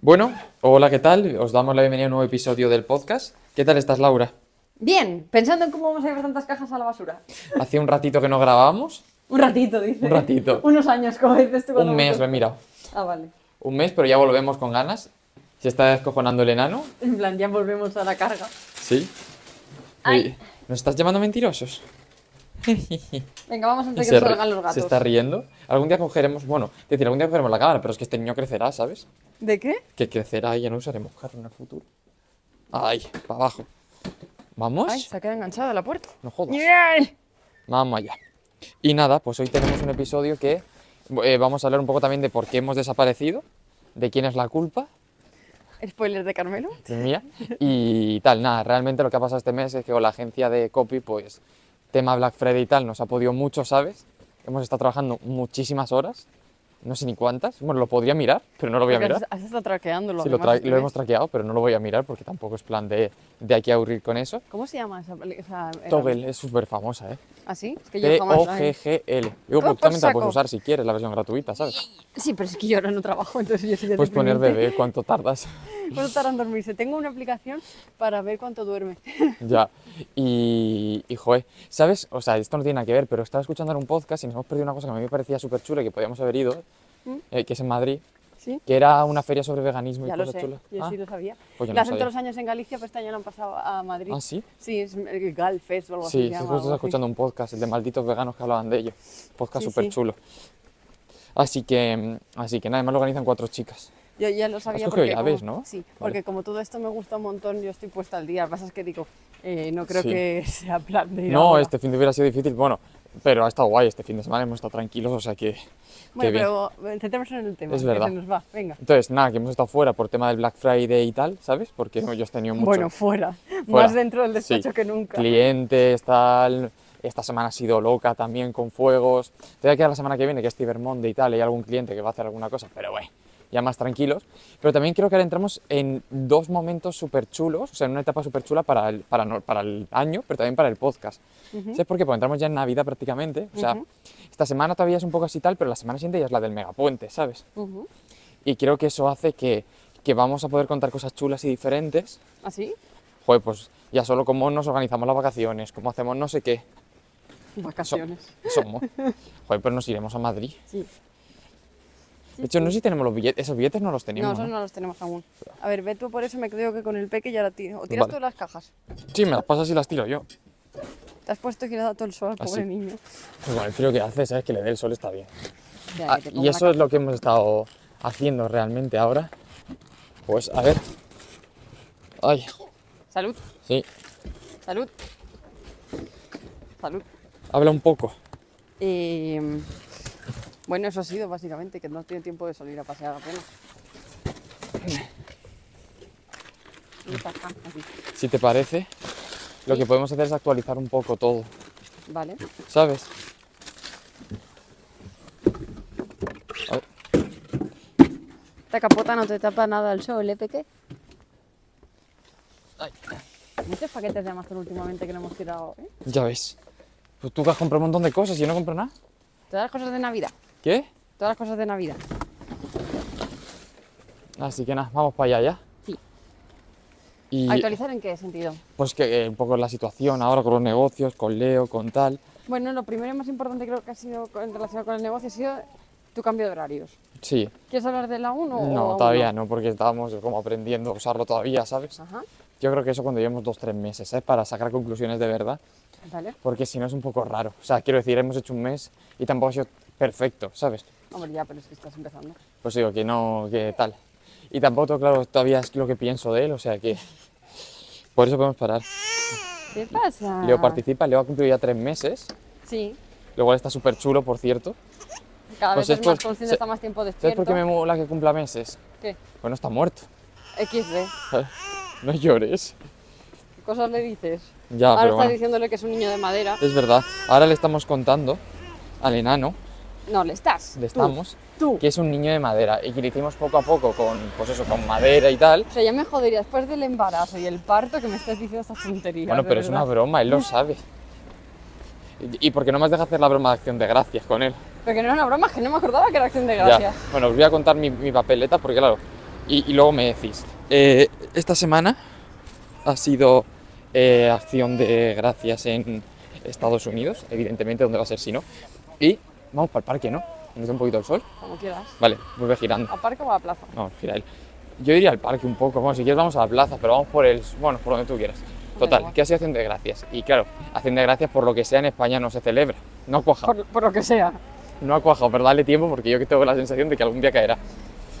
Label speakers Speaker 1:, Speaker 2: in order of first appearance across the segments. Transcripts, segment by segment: Speaker 1: Bueno, hola, ¿qué tal? Os damos la bienvenida a un nuevo episodio del podcast. ¿Qué tal estás, Laura?
Speaker 2: Bien, pensando en cómo vamos a llevar tantas cajas a la basura.
Speaker 1: Hace un ratito que no grabábamos,
Speaker 2: Un ratito, dice.
Speaker 1: Un ratito.
Speaker 2: Unos años, como dices tú. cuando
Speaker 1: un mes,
Speaker 2: vuelves.
Speaker 1: me he mirado.
Speaker 2: Ah, vale.
Speaker 1: Un mes, pero ya volvemos con ganas. Se está descojonando el enano.
Speaker 2: En plan, ya volvemos a la carga.
Speaker 1: Sí.
Speaker 2: Ay.
Speaker 1: Oye, ¿Nos estás llamando mentirosos?
Speaker 2: Venga, vamos antes
Speaker 1: Y
Speaker 2: de que
Speaker 1: se
Speaker 2: nos
Speaker 1: ri-
Speaker 2: salgan los gatos.
Speaker 1: se está riendo. Algún día cogeremos, bueno, es decir, algún día cogeremos la cámara, pero es que este niño crecerá, ¿sabes?
Speaker 2: ¿De qué?
Speaker 1: Que crecerá y ya no usaremos carro en el futuro. Ay, para abajo. ¿Vamos?
Speaker 2: Ay, se ha quedado enganchada a la puerta.
Speaker 1: No jodas.
Speaker 2: ¡Yay!
Speaker 1: Vamos allá. Y nada, pues hoy tenemos un episodio que eh, vamos a hablar un poco también de por qué hemos desaparecido, de quién es la culpa,
Speaker 2: Spoiler de Carmelo.
Speaker 1: mía, y tal. Nada, realmente lo que ha pasado este mes es que con la agencia de copy, pues tema Black Friday y tal, nos ha podido mucho, ¿sabes? Hemos estado trabajando muchísimas horas, no sé ni cuántas, bueno, lo podría mirar, pero no lo voy a
Speaker 2: Porque
Speaker 1: mirar.
Speaker 2: Has, has estado traqueando los
Speaker 1: Sí, lo,
Speaker 2: demás
Speaker 1: tra-
Speaker 2: este
Speaker 1: lo
Speaker 2: mes.
Speaker 1: hemos traqueado, pero no lo voy a mirar porque tampoco es plan de, de aquí a aburrir con eso.
Speaker 2: ¿Cómo se llama esa película?
Speaker 1: Toggle es súper famosa, ¿eh?
Speaker 2: ¿Así? ¿Ah, Es que yo jamás la he-
Speaker 1: T-O-G-G-L. Digo,
Speaker 2: Toma
Speaker 1: pues tú también te la
Speaker 2: por
Speaker 1: puedes
Speaker 2: saco.
Speaker 1: usar si quieres, la versión gratuita, ¿sabes?
Speaker 2: Sí, pero es que yo ahora no trabajo, entonces yo soy de
Speaker 1: Pues poner
Speaker 2: deprimente.
Speaker 1: bebé, ¿cuánto tardas?
Speaker 2: ¿Cuánto tardan en dormirse? Tengo una aplicación para ver cuánto duerme.
Speaker 1: ya. Y, y joder, ¿sabes? O sea, esto no tiene nada que ver, pero estaba escuchando ahora un podcast y nos hemos perdido una cosa que a mí me parecía súper chula y que podíamos haber ido,
Speaker 2: ¿Mm?
Speaker 1: eh, que es en Madrid,
Speaker 2: ¿Sí?
Speaker 1: que era una feria sobre veganismo
Speaker 2: Ya
Speaker 1: y
Speaker 2: lo
Speaker 1: cosas
Speaker 2: sé,
Speaker 1: chulas.
Speaker 2: yo
Speaker 1: ah,
Speaker 2: sí lo sabía.
Speaker 1: pues yo no
Speaker 2: la
Speaker 1: lo
Speaker 2: hacen
Speaker 1: sabía.
Speaker 2: todos los años en Galicia, pero este año lo han pasado a Madrid.
Speaker 1: ¿Ah, sí?
Speaker 2: Sí, es el Gal Fest o algo así.
Speaker 1: Sí,
Speaker 2: se
Speaker 1: sí,
Speaker 2: llama,
Speaker 1: justo estaba
Speaker 2: algo así.
Speaker 1: escuchando un podcast, el de malditos veganos que hablaban de ello. Podcast
Speaker 2: Sí,
Speaker 1: súper chulo. Así que, mm, así que nada, además lo organizan cuatro chicas.
Speaker 2: Yo ya lo sabía
Speaker 1: cogido
Speaker 2: porque
Speaker 1: ya,
Speaker 2: como,
Speaker 1: ¿ves, no?
Speaker 2: Sí,
Speaker 1: Vale.
Speaker 2: porque como todo esto me gusta un montón, yo estoy puesta al día. Lo que pasa es que digo, eh, no creo
Speaker 1: Sí.
Speaker 2: que sea plan de ir
Speaker 1: No,
Speaker 2: ahora.
Speaker 1: este fin de hubiera sido difícil, bueno, pero ha estado guay este fin de semana, hemos estado tranquilos, o sea que...
Speaker 2: Bueno,
Speaker 1: que bien.
Speaker 2: pero eh, centrémonos en el tema,
Speaker 1: Es
Speaker 2: que
Speaker 1: verdad.
Speaker 2: se nos va, venga.
Speaker 1: Entonces, nada, que hemos estado fuera por tema del Black Friday y tal, ¿sabes? Porque yo he tenido mucho
Speaker 2: Bueno, fuera.
Speaker 1: Fuera.
Speaker 2: Más dentro del despacho
Speaker 1: Sí.
Speaker 2: que nunca.
Speaker 1: clientes, tal. Esta semana ha sido loca también con fuegos. Todavía queda la semana que viene, que es Cyber Monday y tal, y hay algún cliente que va a hacer alguna cosa, pero bueno, ya más tranquilos. Pero también creo que ahora entramos en dos momentos súper chulos, o sea, en una etapa súper chula para el, para, no- para el año, pero también para el podcast.
Speaker 2: Ujú.
Speaker 1: ¿Sabes por qué? Porque entramos ya en Navidad prácticamente. O sea,
Speaker 2: ¿Mm? Ujú.
Speaker 1: esta semana todavía es un poco así tal, pero la semana siguiente ya es la del megapuente, ¿sabes?
Speaker 2: Ujú.
Speaker 1: Y creo que eso hace que, que vamos a poder contar cosas chulas y diferentes.
Speaker 2: ¿Así?
Speaker 1: Joder, pues ya solo cómo nos organizamos las vacaciones, cómo hacemos no sé qué.
Speaker 2: Vacaciones.
Speaker 1: Somos. Joder, pues nos iremos a Madrid.
Speaker 2: Sí.
Speaker 1: De hecho, no sé si tenemos los billetes. Esos billetes no los
Speaker 2: No,
Speaker 1: tenemos.
Speaker 2: esos
Speaker 1: ¿no?
Speaker 2: no los tenemos aún. A ver, ve tú por eso, me creo que con el peque ya la tiro. O tiras
Speaker 1: Vale.
Speaker 2: tú las cajas.
Speaker 1: Sí, me las pasas y las tiro yo.
Speaker 2: Te has puesto girado todo el sol,
Speaker 1: Así.
Speaker 2: pobre niño.
Speaker 1: Pues con el frío que hace, sabes que le dé el sol está bien.
Speaker 2: Ya,
Speaker 1: Ah,
Speaker 2: que te pongo
Speaker 1: y
Speaker 2: la
Speaker 1: eso es lo que hemos estado haciendo realmente ahora. Pues a ver. Ay,
Speaker 2: ca- Salud,
Speaker 1: sí.
Speaker 2: salud. Salud.
Speaker 1: Habla un poco.
Speaker 2: Eh, bueno, eso ha sido básicamente, que no tiene tiempo de salir a pasear apenas. Y pa' acá, así.
Speaker 1: Si te parece, lo que podemos hacer es actualizar un poco todo.
Speaker 2: Vale.
Speaker 1: ¿Sabes? Ay,
Speaker 2: Esta capota no te tapa nada el sol, ¿eh, Peque?
Speaker 1: ay.
Speaker 2: Muchos paquetes de Amazon últimamente que no hemos tirado, ¿eh?
Speaker 1: Ya ves. Pues tú que has comprado un montón de cosas y yo no compro nada.
Speaker 2: Todas las cosas de Navidad.
Speaker 1: ¿Qué?
Speaker 2: Todas las cosas de Navidad.
Speaker 1: Así que nada, vamos para allá ya.
Speaker 2: Sí.
Speaker 1: Y
Speaker 2: ¿Actualizar en qué sentido?
Speaker 1: pues que eh, un poco la situación ahora con los negocios, con Leo, con tal.
Speaker 2: Bueno, lo primero y más importante creo que ha sido con- en relación con el negocio ha sido tu cambio de horarios.
Speaker 1: Sí.
Speaker 2: ¿Quieres hablar de la 1 o
Speaker 1: no,
Speaker 2: aún
Speaker 1: todavía no, porque estábamos como aprendiendo a usarlo todavía, ¿sabes?
Speaker 2: Ajá,
Speaker 1: Yo creo que eso cuando llevemos dos, tres meses, ¿eh? Para sacar conclusiones de verdad,
Speaker 2: vale.
Speaker 1: porque si no es un poco raro. O sea, quiero decir, hemos hecho un mes y tampoco ha sido perfecto, ¿sabes?
Speaker 2: Hombre, ya, pero es que estás empezando.
Speaker 1: Pues digo que no, que tal. Y tampoco, tengo claro, todavía es lo que pienso de él, o sea que... Por eso podemos parar.
Speaker 2: ¿Qué pasa?
Speaker 1: Leo participa, Leo ha cumplido ya tres meses,
Speaker 2: Sí,
Speaker 1: lo cual está súper chulo, por cierto.
Speaker 2: cada
Speaker 1: Pues
Speaker 2: vez es
Speaker 1: esto-
Speaker 2: más consciente,
Speaker 1: se-
Speaker 2: está más tiempo
Speaker 1: ¿Sabes
Speaker 2: despierto.
Speaker 1: por qué me mola que cumpla meses?
Speaker 2: ¿Qué?
Speaker 1: Bueno, está muerto.
Speaker 2: XD.
Speaker 1: No llores.
Speaker 2: ¿Qué cosas le dices?
Speaker 1: Ya, Ah,
Speaker 2: Ahora
Speaker 1: pero
Speaker 2: estás
Speaker 1: bueno.
Speaker 2: diciéndole que es un niño de madera.
Speaker 1: Es verdad. Ahora le estamos contando al enano,
Speaker 2: No, le estás.
Speaker 1: le
Speaker 2: tú,
Speaker 1: estamos,
Speaker 2: Tú.
Speaker 1: que es un niño de madera y que le hicimos poco a poco con, pues eso, con madera y tal.
Speaker 2: O sea, ya me jodería después del embarazo y el parto que me estás diciendo estas tonterías.
Speaker 1: Bueno,
Speaker 2: de
Speaker 1: pero es una
Speaker 2: verdad.
Speaker 1: broma, él lo sabe. Y, y porque no me has dejado hacer la broma de acción de gracias con él.
Speaker 2: Porque no era una broma, es que no me acordaba que era acción de
Speaker 1: Ya.
Speaker 2: gracias.
Speaker 1: Bueno, os voy a contar mi, mi papeleta porque, claro, Y, y luego me decís, eh, esta semana ha sido eh, acción de gracias en Estados Unidos, evidentemente, ¿dónde va a ser si no? Y vamos para el parque, ¿no? Nos da un poquito el sol.
Speaker 2: como quieras.
Speaker 1: Vale, vuelve girando.
Speaker 2: ¿A parque o a plaza?
Speaker 1: Vamos, gira él. Yo iría al parque un poco, bueno, si quieres vamos a la plaza, pero vamos por el, bueno, por donde tú quieras. Total,
Speaker 2: igual.
Speaker 1: que ha sido acción de gracias. Y claro, acción de gracias por lo que sea en España no se celebra. No ha cuajado,
Speaker 2: Por, por lo que sea.
Speaker 1: no ha cuajado, pero dale tiempo porque yo que tengo la sensación de que algún día caerá.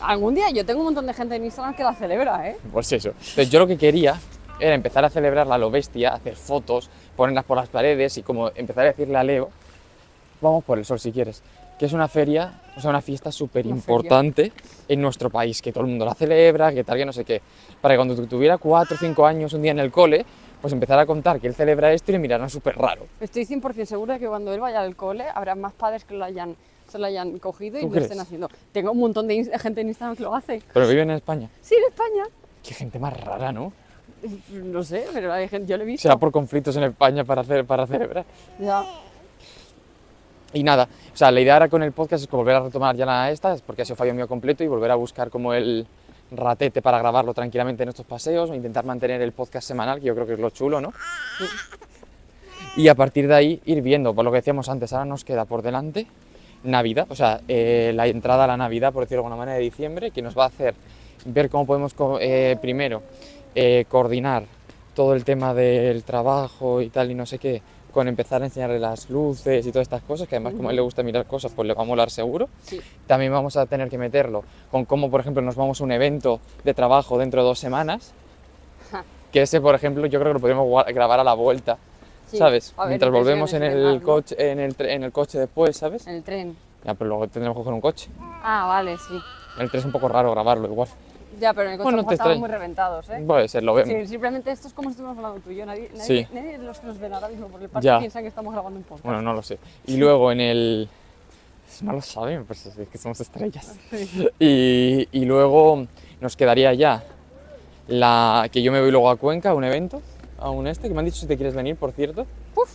Speaker 2: Algún día yo tengo un montón de gente en Instagram que la celebra, ¿eh?
Speaker 1: Pues eso. Entonces yo lo que quería era empezar a celebrarla a lo bestia, hacer fotos, ponerlas por las paredes y como empezar a decirle a Leo, vamos por el sol si quieres, que es una feria, o sea, una fiesta súper importante en nuestro país, que todo el mundo la celebra, que tal, que no sé qué. Para que cuando tu- tuviera 4 o 5 años un día en el cole, pues empezar a contar que él celebra esto y le mirarán súper raro.
Speaker 2: Estoy 100% segura de que cuando él vaya al cole habrá más padres que lo hayan, se lo hayan cogido y
Speaker 1: ¿Tú
Speaker 2: lo
Speaker 1: crees?
Speaker 2: estén haciendo. Tengo un montón de ins- gente en Instagram que lo hace.
Speaker 1: Pero viven en España.
Speaker 2: Sí, en España.
Speaker 1: Qué gente más rara, ¿no?
Speaker 2: No sé, pero hay gente, yo lo he visto.
Speaker 1: Será por conflictos en España para, hacer, para celebrar.
Speaker 2: Ya.
Speaker 1: Y nada, o sea, la idea ahora con el podcast es que volver a retomar ya la esta, es porque ha sido fallo mío completo y volver a buscar como el ratete para grabarlo tranquilamente en estos paseos o intentar mantener el podcast semanal, que yo creo que es lo chulo, ¿no? Y a partir de ahí ir viendo, por lo que decíamos antes, ahora nos queda por delante Navidad, o sea, eh, la entrada a la Navidad, por decirlo de alguna manera, de diciembre, que nos va a hacer ver cómo podemos co- eh, primero eh, coordinar todo el tema del trabajo y tal y no sé qué, con empezar a enseñarle las luces y todas estas cosas, que además como a él le gusta mirar cosas, pues le va a molar seguro.
Speaker 2: Sí.
Speaker 1: También vamos a tener que meterlo con cómo, por ejemplo, nos vamos a un evento de trabajo dentro de dos semanas,
Speaker 2: Ja.
Speaker 1: que ese, por ejemplo, yo creo que lo podemos gua- grabar a la vuelta,
Speaker 2: Sí.
Speaker 1: ¿sabes?
Speaker 2: A ver,
Speaker 1: Mientras volvemos en
Speaker 2: impresiones y
Speaker 1: el,
Speaker 2: demás, ¿no?
Speaker 1: coche, en, el, tre- en el coche después, ¿sabes?
Speaker 2: En el tren.
Speaker 1: Ya, pero luego tendremos que coger un coche.
Speaker 2: Ah, vale, sí.
Speaker 1: En el 3 es un poco raro grabarlo, igual.
Speaker 2: Ya, pero en el coche
Speaker 1: Bueno,
Speaker 2: a lo
Speaker 1: te
Speaker 2: mejor estaban
Speaker 1: extraña.
Speaker 2: muy reventados, ¿eh?
Speaker 1: Puede ser, lo vemos.
Speaker 2: Sí, simplemente esto es como si estuviéramos hablando tú y yo. Nadie, nadie,
Speaker 1: Sí.
Speaker 2: nadie de los que nos ven ahora mismo por el parque
Speaker 1: Ya.
Speaker 2: piensa que estamos grabando un podcast.
Speaker 1: Bueno, no lo sé. Y luego en el... No lo saben, pues es que somos estrellas. Y, y luego nos quedaría ya la que yo me voy luego a Cuenca a un evento, a un este, que me han dicho si te quieres venir, por cierto.
Speaker 2: Puf.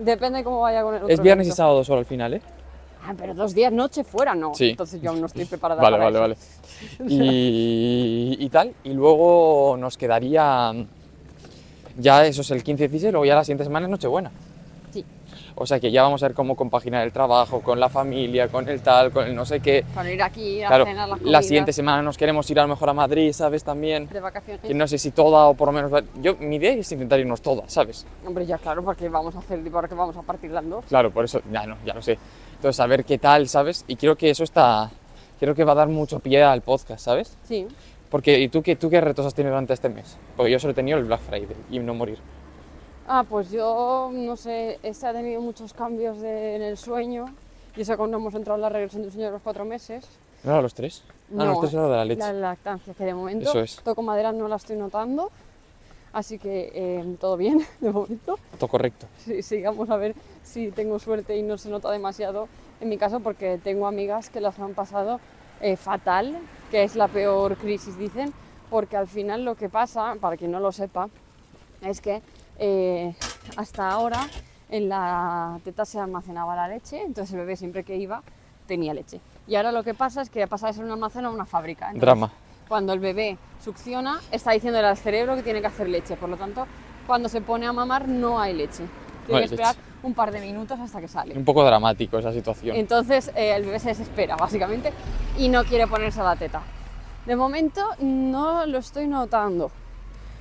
Speaker 2: Depende de cómo vaya con el otro
Speaker 1: es viernes y
Speaker 2: evento.
Speaker 1: sábado solo al final, ¿eh?
Speaker 2: Ah, pero dos días noche fuera, no.
Speaker 1: Sí.
Speaker 2: Entonces yo aún no estoy preparada
Speaker 1: Vale,
Speaker 2: para
Speaker 1: vale,
Speaker 2: eso.
Speaker 1: vale. Y, y tal. Y luego nos quedaría... Ya eso es el 15 y 16, luego ya la siguiente semana es Nochebuena.
Speaker 2: Sí,
Speaker 1: O sea que ya vamos a ver cómo compaginar el trabajo con la familia, con el tal, con el no sé qué.
Speaker 2: para ir aquí, ir a
Speaker 1: Claro,
Speaker 2: cenar las
Speaker 1: la
Speaker 2: comidas,
Speaker 1: siguiente semana nos queremos ir a lo mejor a Madrid, ¿sabes? También.
Speaker 2: De vacaciones.
Speaker 1: Que no sé si toda o por lo menos... Yo, mi idea es intentar irnos todas, ¿sabes?
Speaker 2: Hombre, ya claro, porque vamos a hacer, porque vamos a partir las dos.
Speaker 1: Claro, por eso, ya no, ya lo sé. Entonces, a ver qué tal, ¿sabes? Y creo que eso está... Creo que va a dar mucho pie al podcast, ¿sabes?
Speaker 2: Sí.
Speaker 1: Porque, ¿y tú qué, tú qué retos has tenido durante este mes? Porque yo solo he tenido el Black Friday y no morir.
Speaker 2: Ah, pues yo, no sé, este ha tenido muchos cambios de- en el sueño. Y eso que aún no hemos entrado en la regresión del sueño de los cuatro meses.
Speaker 1: ¿No eran los tres? Ah, no, los tres eran de la leche.
Speaker 2: La lactancia, que de momento
Speaker 1: Eso es.
Speaker 2: toco madera, no la estoy notando. Así que eh, todo bien, de momento.
Speaker 1: Todo correcto.
Speaker 2: Sí, sigamos a ver si tengo suerte y no se nota demasiado en mi caso, porque tengo amigas que las han pasado eh, fatal, que es la peor crisis, dicen, porque al final lo que pasa, para quien no lo sepa, es que eh, hasta ahora en la teta se almacenaba la leche, entonces el bebé siempre que iba tenía leche. Y ahora lo que pasa es que pasa de ser un almacén a una fábrica. Entonces,
Speaker 1: Drama.
Speaker 2: cuando el bebé succiona, está diciéndole al cerebro que tiene que hacer leche. Por lo tanto, cuando se pone a mamar, no hay leche.
Speaker 1: No
Speaker 2: Tiene
Speaker 1: hay
Speaker 2: que esperar un par de minutos hasta que sale.
Speaker 1: Un poco dramático esa situación.
Speaker 2: Entonces, eh, el bebé se desespera, básicamente, y no quiere ponerse a la teta. De momento, no lo estoy notando.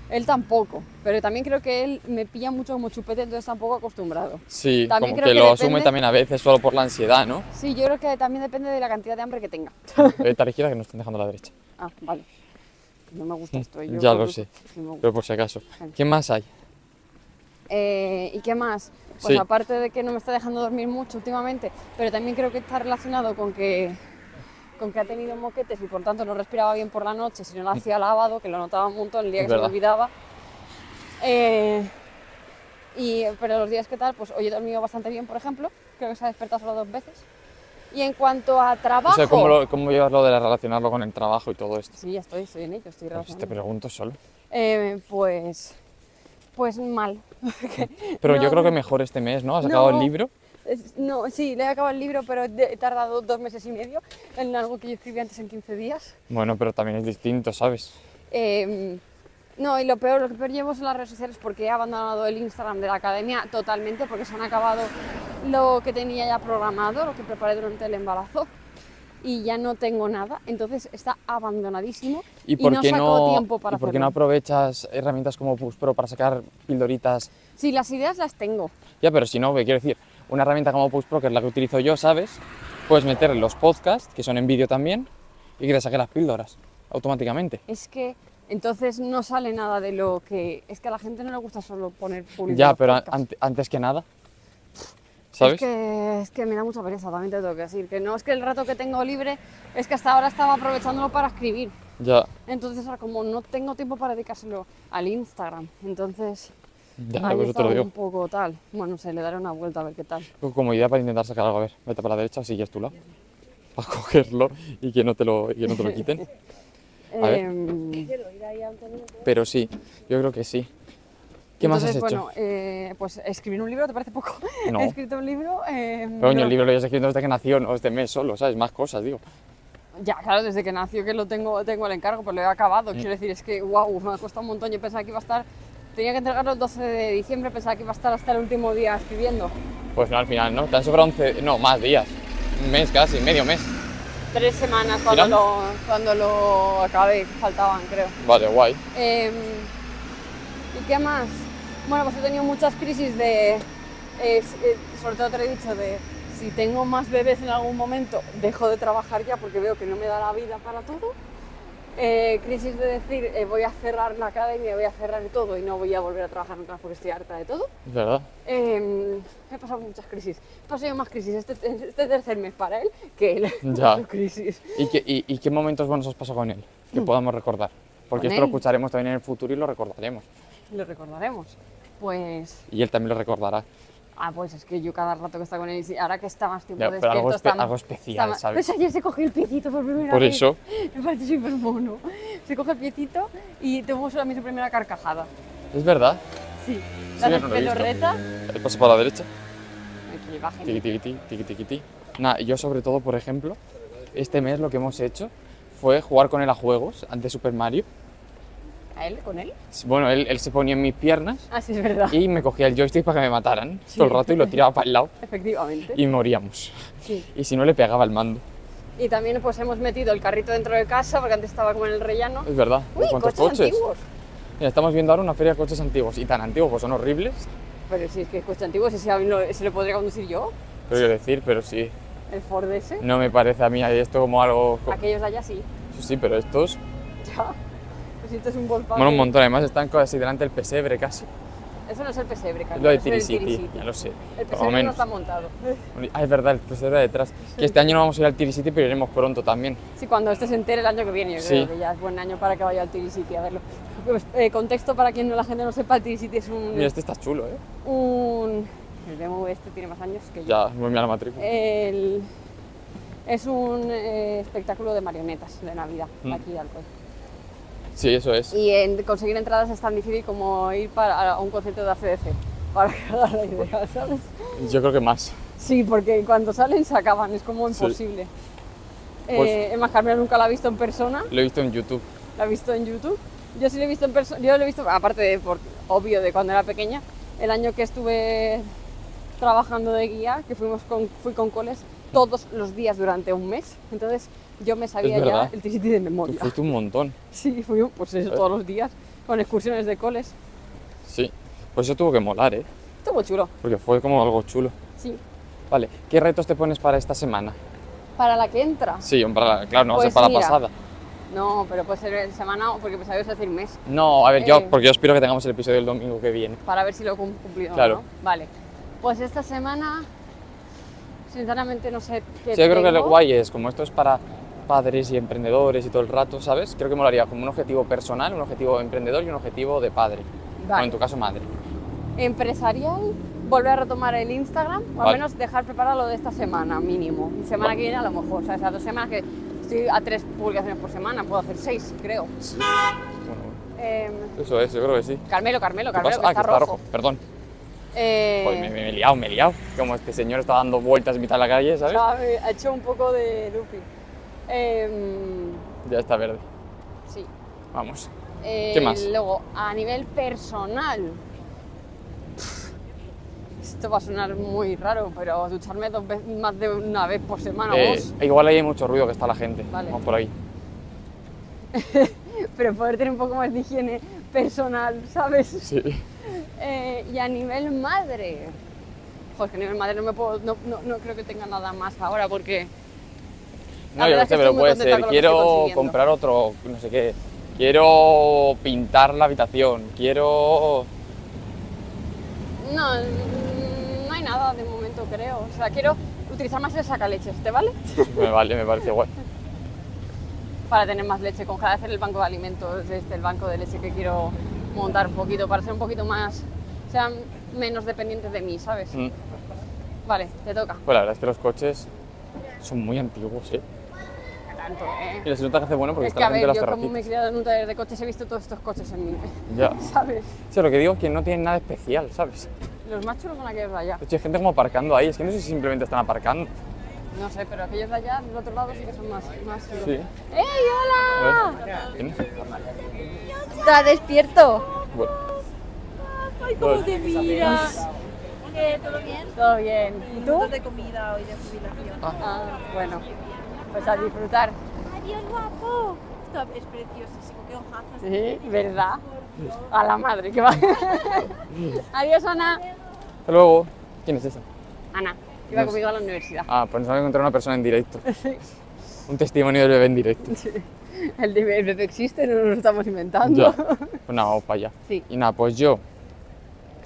Speaker 2: Él tampoco. Pero también creo que él me pilla mucho como chupete, entonces tampoco acostumbrado.
Speaker 1: Sí,
Speaker 2: También
Speaker 1: como que,
Speaker 2: creo que
Speaker 1: lo
Speaker 2: depende-
Speaker 1: asume también a veces solo por la ansiedad, ¿no?
Speaker 2: Sí, yo creo que también depende de la cantidad de hambre que tenga.
Speaker 1: Eh, a la izquierda que nos están dejando a la derecha.
Speaker 2: Ah, vale. No me gusta esto. ¿eh? yo
Speaker 1: Ya
Speaker 2: creo
Speaker 1: lo
Speaker 2: que-
Speaker 1: sé.
Speaker 2: sí me gusta.
Speaker 1: Pero por si acaso.
Speaker 2: Vale.
Speaker 1: ¿Qué más hay?
Speaker 2: Eh, ¿Y qué más? Pues
Speaker 1: Sí.
Speaker 2: aparte de que no me está dejando dormir mucho últimamente, pero también creo que está relacionado con que, con que ha tenido moquetes y por tanto no respiraba bien por la noche, sino lo hacía lavado, que lo notaba un montón el día
Speaker 1: Es
Speaker 2: que se
Speaker 1: verdad.
Speaker 2: me olvidaba. Eh, y, pero los días que tal, pues hoy he dormido bastante bien, por ejemplo, creo que se ha despertado solo dos veces. Y en cuanto a trabajo...
Speaker 1: O sea, ¿cómo, lo- cómo llevas lo de relacionarlo con el trabajo y todo esto?
Speaker 2: Sí, ya estoy, estoy en ello, estoy
Speaker 1: Pues
Speaker 2: relacionando.
Speaker 1: te pregunto solo.
Speaker 2: Eh, pues, pues mal.
Speaker 1: Pero
Speaker 2: No,
Speaker 1: yo creo que
Speaker 2: no.
Speaker 1: mejor este mes, ¿no? Has sacado el
Speaker 2: No.
Speaker 1: libro.
Speaker 2: es- no, sí, le he acabado el libro, pero he tardado dos meses y medio en algo que yo escribí antes en 15 días.
Speaker 1: Bueno, pero también es distinto, ¿sabes?
Speaker 2: Eh, no, y lo peor, lo que peor llevo son las redes sociales porque he abandonado el Instagram de la academia totalmente porque se han acabado lo que tenía ya programado, lo que preparé durante el embarazo y ya no tengo nada, entonces está abandonadísimo
Speaker 1: ¿Y por
Speaker 2: no
Speaker 1: qué
Speaker 2: saco
Speaker 1: no,
Speaker 2: tiempo para
Speaker 1: y por qué no
Speaker 2: hacerlo.
Speaker 1: aprovechas herramientas como Push Pro para sacar pildoritas?
Speaker 2: Sí, las ideas las tengo.
Speaker 1: Ya, pero si no, me quiero decir, una herramienta como Push Pro, que es la que utilizo yo, ¿sabes? Puedes meter los podcasts, que son en vídeo también, y que te saque las píldoras automáticamente.
Speaker 2: Es que entonces no sale nada de lo que... Es que a la gente no le gusta solo poner publicidad.
Speaker 1: Ya,
Speaker 2: en los
Speaker 1: pero an-
Speaker 2: podcasts.
Speaker 1: ante- antes que nada, ¿sabes?
Speaker 2: Es que, es que me da mucha pereza, también te tengo que decir. Que no es que el rato que tengo libre es que hasta ahora estaba aprovechándolo para escribir.
Speaker 1: Ya,
Speaker 2: Entonces ahora como no tengo tiempo para dedicárselo al Instagram, entonces
Speaker 1: ya, pues
Speaker 2: ahí
Speaker 1: por eso te lo
Speaker 2: está
Speaker 1: digo.
Speaker 2: un poco tal. Bueno, no sé, le daré una vuelta a ver qué tal.
Speaker 1: Como idea para intentar sacar algo, a ver, vete para la derecha, sigues tú lado. Para cogerlo y que no te lo, y que no te lo quiten. A ver.
Speaker 2: Em,
Speaker 1: Pero sí, yo creo que sí. ¿Qué más has
Speaker 2: entonces,
Speaker 1: hecho?
Speaker 2: bueno, eh, pues escribir un libro, ¿te parece poco?
Speaker 1: No.
Speaker 2: He escrito un libro. em,
Speaker 1: Coño,
Speaker 2: no.
Speaker 1: el libro lo llevas escribiendo desde que nació, no este mes solo, ¿sabes? Más cosas, digo.
Speaker 2: Ya, claro, desde que nació que lo tengo, tengo el encargo, pues lo he acabado. Quiero decir, es que, wow, me ha costado un montón. Yo pensaba que iba a estar, tenía que entregarlo el 12 de diciembre, pensaba que iba a estar hasta el último día escribiendo.
Speaker 1: Pues no, al final, ¿no? Te han sobrado 11, no, más días. Un mes casi, medio mes.
Speaker 2: Tres semanas cuando,
Speaker 1: Mira.
Speaker 2: lo, cuando lo acabé, faltaban, creo.
Speaker 1: Vale, guay.
Speaker 2: Em, ¿Y qué más? Bueno, pues he tenido muchas crisis de, eh, s- eh, sobre todo te lo he dicho, de si tengo más bebés en algún momento, dejo de trabajar ya porque veo que no me da la vida para todo. Eh, crisis de decir, eh, voy a cerrar la academia, voy a cerrar todo y no voy a volver a trabajar nunca más porque estoy harta de todo.
Speaker 1: Es verdad.
Speaker 2: Em, he pasado muchas crisis. He pasado más crisis este, este tercer mes para él que él.
Speaker 1: Ya.
Speaker 2: Su crisis.
Speaker 1: ¿Y qué, y, y qué momentos buenos has pasado con él? Que podamos recordar. Porque
Speaker 2: Mm. ¿Con
Speaker 1: esto lo
Speaker 2: él?
Speaker 1: escucharemos también en el futuro y lo recordaremos.
Speaker 2: Lo recordaremos. Pues
Speaker 1: Y él también lo recordará.
Speaker 2: Ah, pues es que yo cada rato que está con él, y ahora que está más tiempo
Speaker 1: Ya, pero
Speaker 2: despierto,
Speaker 1: algo
Speaker 2: está
Speaker 1: espe-
Speaker 2: más-
Speaker 1: algo especial,
Speaker 2: está más-
Speaker 1: ¿sabes?
Speaker 2: Pues ayer se cogió el piecito por primera
Speaker 1: Por
Speaker 2: vez.
Speaker 1: eso.
Speaker 2: Me parece súper mono. Se coge el piecito y tenemos también su primera carcajada.
Speaker 1: Es verdad.
Speaker 2: Sí.
Speaker 1: Sí,
Speaker 2: La
Speaker 1: yo
Speaker 2: haces
Speaker 1: no lo he visto.
Speaker 2: pelorreta.
Speaker 1: Él pasa para la derecha.
Speaker 2: Ay, que va
Speaker 1: Tiqui,
Speaker 2: genial.
Speaker 1: tiqui, tiqui, tiqui, tiqui, tiqui. Nah, yo sobre todo, por ejemplo, este mes lo que hemos hecho fue jugar con él a juegos ante Super Mario.
Speaker 2: ¿A él? ¿Con él?
Speaker 1: Bueno, él, él se ponía en mis piernas
Speaker 2: Ah, sí, es verdad.
Speaker 1: y me cogía el joystick para que me mataran
Speaker 2: Sí.
Speaker 1: todo el rato y lo tiraba para el lado
Speaker 2: Efectivamente.
Speaker 1: y moríamos.
Speaker 2: Sí.
Speaker 1: Y si no, le pegaba al mando.
Speaker 2: Y también pues hemos metido el carrito dentro de casa porque antes estaba como en el rellano.
Speaker 1: Es verdad.
Speaker 2: Uy,
Speaker 1: ¿de
Speaker 2: coches,
Speaker 1: ¿Cuántos
Speaker 2: antiguos.
Speaker 1: Mira, estamos viendo ahora una feria de coches antiguos y tan antiguos, pues son horribles.
Speaker 2: Pero si es que es coche antiguo, ese, aún lo- ese lo podría conducir yo,
Speaker 1: Pero quiero decir, pero sí,
Speaker 2: el Ford ese.
Speaker 1: no me parece a mí esto como algo. co-
Speaker 2: Aquellos de allá sí.
Speaker 1: Sí, pero estos
Speaker 2: Ya. Pues esto es un Volkswagen.
Speaker 1: molan un montón. Además, están casi delante del pesebre casi.
Speaker 2: Eso no es el pesebre, Carlos.
Speaker 1: Es lo de
Speaker 2: eso es el
Speaker 1: Tiri City,
Speaker 2: Tirisiti.
Speaker 1: ya lo sé.
Speaker 2: El
Speaker 1: más o
Speaker 2: pesebre no
Speaker 1: menos.
Speaker 2: está montado.
Speaker 1: Ah, es verdad, el pesebre de detrás. Que este año no vamos a ir al Tiri City, pero iremos pronto también.
Speaker 2: Sí, cuando este se entere el año que viene, yo
Speaker 1: Sí.
Speaker 2: creo que ya es buen año para que vaya al Tirisiti a verlo. Pues, eh, contexto para quien no la gente no sepa, el Tirisiti es un,
Speaker 1: Mira, este está chulo, ¿eh?
Speaker 2: un- El BMW este tiene más años que yo.
Speaker 1: Ya, voy a mirar la matrícula.
Speaker 2: Eh. El- es un eh, espectáculo de marionetas de Navidad
Speaker 1: Mm.
Speaker 2: aquí de Alcoy.
Speaker 1: Sí, eso es.
Speaker 2: Y en- conseguir entradas es tan difícil como ir para, a un concierto de ACDC. Para que haga la idea, ¿sabes?
Speaker 1: Yo creo que más.
Speaker 2: Sí, porque cuando salen se acaban, es como
Speaker 1: Sí.
Speaker 2: imposible.
Speaker 1: Pues-
Speaker 2: Eh, Emma Carmen nunca la ha visto en persona,
Speaker 1: Lo he visto en YouTube.
Speaker 2: la ha visto en YouTube. Yo sí la he visto en persona, yo lo he visto, aparte de, por, obvio, de cuando era pequeña, el año que estuve trabajando de guía, que fuimos con, fui con coles todos los días durante un mes, entonces yo me sabía ya
Speaker 1: verdad.
Speaker 2: el Tricity de
Speaker 1: Tú
Speaker 2: memoria.
Speaker 1: fuiste un montón.
Speaker 2: Sí, fui pues eso,
Speaker 1: ¿Eh?
Speaker 2: todos los días, con excursiones de coles.
Speaker 1: Sí. Pues eso tuvo que molar, ¿eh?
Speaker 2: Estuvo chulo,
Speaker 1: Porque fue como algo chulo.
Speaker 2: sí.
Speaker 1: Vale, ¿qué retos te pones para esta semana?
Speaker 2: Para la que entra.
Speaker 1: Sí, para, claro, no va a ser
Speaker 2: Pues
Speaker 1: para la
Speaker 2: mira.
Speaker 1: pasada.
Speaker 2: No, pero puede ser semana, porque pues, pensaba que ibas a decir mes.
Speaker 1: No, a ver, yo,
Speaker 2: Eh.
Speaker 1: porque yo espero que tengamos el episodio el domingo que viene.
Speaker 2: para ver si lo he cum- cumplido
Speaker 1: Claro.
Speaker 2: o no. Vale. Pues esta semana, sinceramente no sé qué
Speaker 1: Sí, yo creo que lo
Speaker 2: tengo.
Speaker 1: guay es, como esto es para padres y emprendedores y todo el rato, ¿sabes? Creo que molaría como un objetivo personal, un objetivo emprendedor y un objetivo de padre. Bueno, en
Speaker 2: Vale.
Speaker 1: tu caso, madre.
Speaker 2: Empresarial, volver a retomar el Instagram, o al
Speaker 1: Vale.
Speaker 2: menos dejar preparado lo de esta semana mínimo. Y semana que viene a lo mejor, o sea, esas dos semanas que estoy a tres publicaciones por semana, puedo hacer seis, creo.
Speaker 1: Bueno,
Speaker 2: Em,
Speaker 1: eso es, yo creo que sí.
Speaker 2: Carmelo, Carmelo,
Speaker 1: ¿Qué
Speaker 2: Carmelo,
Speaker 1: pasa?
Speaker 2: que
Speaker 1: ah,
Speaker 2: está, rojo.
Speaker 1: Perdón.
Speaker 2: Eh,
Speaker 1: Joder, me, me- me he liado, me he liado. Como este señor está dando vueltas en mitad de la calle, ¿sabes?
Speaker 2: sabe, Eh, Ha hecho un poco de looping. Em,
Speaker 1: Ya está verde.
Speaker 2: sí.
Speaker 1: Vamos.
Speaker 2: Eh,
Speaker 1: ¿Qué más?
Speaker 2: Luego, a nivel personal. Pff, Esto va a sonar muy raro, pero ducharme dos veces, más de una vez por semana
Speaker 1: Eh,
Speaker 2: Ah, vos.
Speaker 1: igual ahí hay mucho ruido que está la gente.
Speaker 2: Vale.
Speaker 1: Vamos por ahí.
Speaker 2: Pero poder tener un poco más de higiene personal, ¿sabes?
Speaker 1: Sí.
Speaker 2: Eh, y a nivel madre. Joder, que a nivel madre no me puedo. No, no- no creo que tenga nada más ahora porque.
Speaker 1: No, yo
Speaker 2: La verdad
Speaker 1: lo
Speaker 2: es que
Speaker 1: sé, pero
Speaker 2: estoy muy
Speaker 1: puede
Speaker 2: contenta
Speaker 1: ser.
Speaker 2: con lo que estoy
Speaker 1: Quiero
Speaker 2: consiguiendo.
Speaker 1: comprar otro, no sé qué. Quiero pintar la habitación. Quiero.
Speaker 2: No, mm, no hay nada de momento, creo. O sea, quiero utilizar más el sacaleches, ¿te vale?
Speaker 1: Me vale, me parece guay.
Speaker 2: Para tener más leche congelada, hacer el banco de alimentos, este, el banco de leche que quiero montar un poquito, para ser un poquito más. sean menos dependientes de mí, ¿sabes?
Speaker 1: Mm.
Speaker 2: Vale, te toca.
Speaker 1: Pues la verdad es que los coches son muy antiguos, ¿eh?
Speaker 2: Tanto, ¿eh?
Speaker 1: Y las notas que hace bueno porque
Speaker 2: es
Speaker 1: está
Speaker 2: que a
Speaker 1: la gente
Speaker 2: ver,
Speaker 1: las
Speaker 2: yo como me he
Speaker 1: terracitas.
Speaker 2: criado en un taller de coches he visto todos estos coches en mí,
Speaker 1: Ya.
Speaker 2: ¿sabes?
Speaker 1: O sea, lo que digo es que no tienen nada especial, ¿sabes?
Speaker 2: Los más chulos son aquellos de allá.
Speaker 1: De hecho, hay gente como aparcando ahí. Es que no sé si simplemente están aparcando.
Speaker 2: No sé, pero aquellos de allá, del otro lado sí que son más... más chulos.
Speaker 1: Sí.
Speaker 2: ¡Ey,
Speaker 1: A
Speaker 2: hola!
Speaker 1: ver. ¿Quién? Ah,
Speaker 2: ¿Estás despierto?
Speaker 1: Bueno.
Speaker 3: Ay, cómo
Speaker 1: Bueno.
Speaker 3: te miras. ¿Qué? ¿Todo bien?
Speaker 2: Todo bien. ¿Y tú?
Speaker 3: Minutos de comida hoy de jubilación.
Speaker 2: Ah, bueno. Pues a disfrutar.
Speaker 3: Adiós, guapo. Esto es preciosísimo. Qué hojazo.
Speaker 2: Sí, ¿verdad? A la madre, que va. Adiós, Ana.
Speaker 1: Hasta luego. ¿Quién es esa?
Speaker 2: Ana, iba
Speaker 1: No sé.
Speaker 2: conmigo a la universidad.
Speaker 1: Ah, pues nos a encontrar una persona en directo. Un testimonio del bebé en directo.
Speaker 2: El de el bebé existe, no nos lo estamos inventando.
Speaker 1: Ya. Pues nada, vamos para allá.
Speaker 2: Ah, Sí.
Speaker 1: Y nada, pues yo,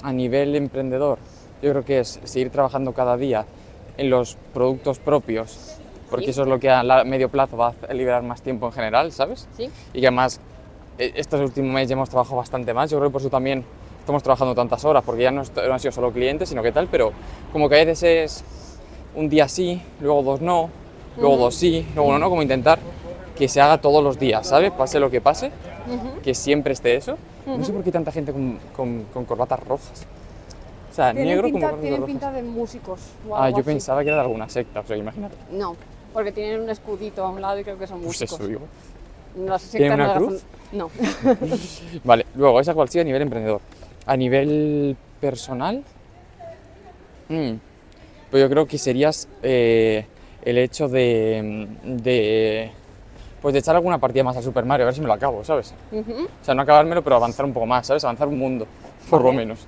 Speaker 1: a nivel emprendedor, yo creo que es seguir trabajando cada día en los productos propios, porque
Speaker 2: Sí.
Speaker 1: eso es lo que a la- medio plazo va a hacer- liberar más tiempo en general, ¿sabes?
Speaker 2: ¿Sí?
Speaker 1: Y que además, e- estos últimos meses ya hemos trabajado bastante más, yo creo que por eso también estamos trabajando tantas horas, porque ya no, est- no han sido solo clientes, sino que tal, pero como que a veces es un día sí, luego dos no, luego dos sí, luego uno no, como intentar que se haga todos los días, ¿sabes? Pase lo que pase,
Speaker 2: Ujú.
Speaker 1: que siempre esté eso. No sé por qué tanta gente con, con- con corbatas rojas. O sea,
Speaker 2: Tienen
Speaker 1: negro
Speaker 2: pinta,
Speaker 1: como corbatas
Speaker 2: tienen
Speaker 1: rojas.
Speaker 2: pinta de músicos. o
Speaker 1: ah,
Speaker 2: algo
Speaker 1: yo
Speaker 2: así.
Speaker 1: pensaba que era de alguna secta, o sea, imagínate.
Speaker 2: No, porque tienen un escudito a un lado y creo que son
Speaker 1: Pues
Speaker 2: músicos.
Speaker 1: eso digo.
Speaker 2: No sé si
Speaker 1: ¿Tienen
Speaker 2: están
Speaker 1: una
Speaker 2: en la
Speaker 1: cruz?
Speaker 2: razón- No.
Speaker 1: Vale, luego, esa cual sigue a nivel emprendedor. A nivel personal, mm, pues yo creo que serías eh, el hecho de, mm, de, pues de echar alguna partida más al Super Mario, a ver si me lo acabo, ¿sabes?
Speaker 2: Ujú.
Speaker 1: O sea, no acabármelo, pero avanzar un poco más, ¿sabes? Avanzar un mundo, por lo
Speaker 2: Vale.
Speaker 1: menos.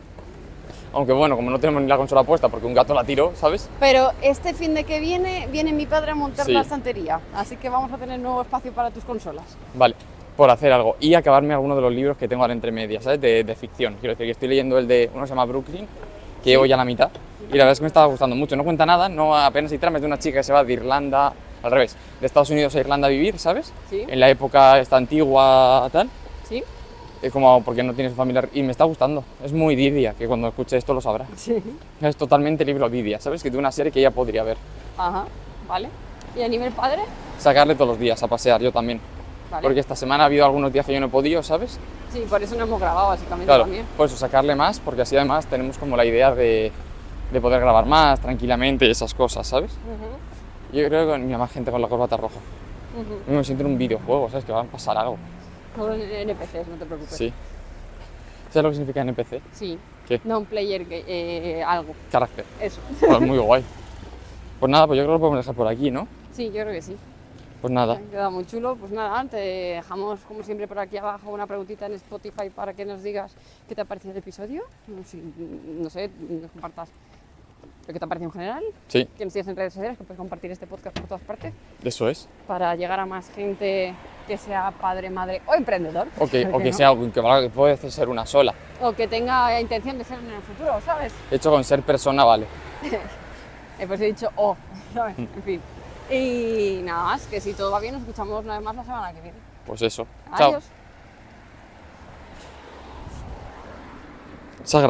Speaker 1: Aunque bueno, como no tenemos ni la consola puesta porque un gato la tiró, ¿sabes?
Speaker 2: Pero este fin de que viene, viene mi padre a montar
Speaker 1: Sí.
Speaker 2: la estantería. Así que vamos a tener nuevo espacio para tus consolas.
Speaker 1: Vale, por hacer algo. Y acabarme alguno de los libros que tengo ahora entre medias, ¿sabes? De, de ficción. Quiero decir que estoy leyendo el de uno que se llama Brooklyn, que llevo ya la mitad. Y la verdad es que me estaba gustando mucho. No cuenta nada, no apenas hay tramas de una chica que se va de Irlanda, al revés, de Estados Unidos a Irlanda a vivir, ¿sabes?
Speaker 2: ¿Sí?
Speaker 1: En la época esta antigua, tal.
Speaker 2: ¿Sí?
Speaker 1: Es como porque no tienes familiar. Y me está gustando. Es muy Didia, que cuando escuche esto lo sabrá.
Speaker 2: Sí.
Speaker 1: Es totalmente libro Didia, ¿sabes? Que de una serie que ella podría ver.
Speaker 2: Ajá, vale. ¿Y a nivel padre?
Speaker 1: Sacarle todos los días a pasear, yo también.
Speaker 2: Vale.
Speaker 1: Porque esta semana ha habido algunos días que yo no he podido, ¿sabes?
Speaker 2: Sí, por eso no hemos grabado básicamente
Speaker 1: Claro,
Speaker 2: también.
Speaker 1: por eso sacarle más, porque así además tenemos como la idea de, de poder grabar más tranquilamente y esas cosas, ¿sabes?
Speaker 2: Ujú,
Speaker 1: Yo creo que mira más gente con la corbata roja.
Speaker 2: ujú.
Speaker 1: A mí me siento en un videojuego, ¿sabes? Que va a pasar algo.
Speaker 2: Solo en NPCs, no te preocupes.
Speaker 1: Sí. ¿Sabes lo que significa NPC?
Speaker 2: Sí.
Speaker 1: ¿Qué?
Speaker 2: Non-player ga- eh, algo.
Speaker 1: Carácter.
Speaker 2: Eso.
Speaker 1: Pues muy guay. Pues nada, pues yo creo que lo podemos dejar por aquí, ¿no?
Speaker 2: Sí, yo creo que sí.
Speaker 1: Pues nada.
Speaker 2: Ha quedado muy chulo. Pues nada, te dejamos como siempre por aquí abajo una preguntita en Spotify para que nos digas qué te ha parecido el episodio. No sé, no sé, nos compartas lo que te ha parecido en general.
Speaker 1: Sí,
Speaker 2: Que nos tienes en redes sociales, que puedes compartir este podcast por todas partes
Speaker 1: eso es.
Speaker 2: para llegar a más gente que sea padre, madre o emprendedor.
Speaker 1: O que,
Speaker 2: ¿Por
Speaker 1: o
Speaker 2: qué
Speaker 1: que
Speaker 2: no?
Speaker 1: sea algo que valga- que puede ser una sola.
Speaker 2: o que tenga intención de ser en el futuro, ¿sabes?
Speaker 1: De hecho, con ser persona vale.
Speaker 2: Eh, pues he dicho, oh, ¿sabes? En fin. Y nada más, que si todo va bien, nos escuchamos una vez más la semana que viene.
Speaker 1: Pues eso. Chao.
Speaker 2: Adiós.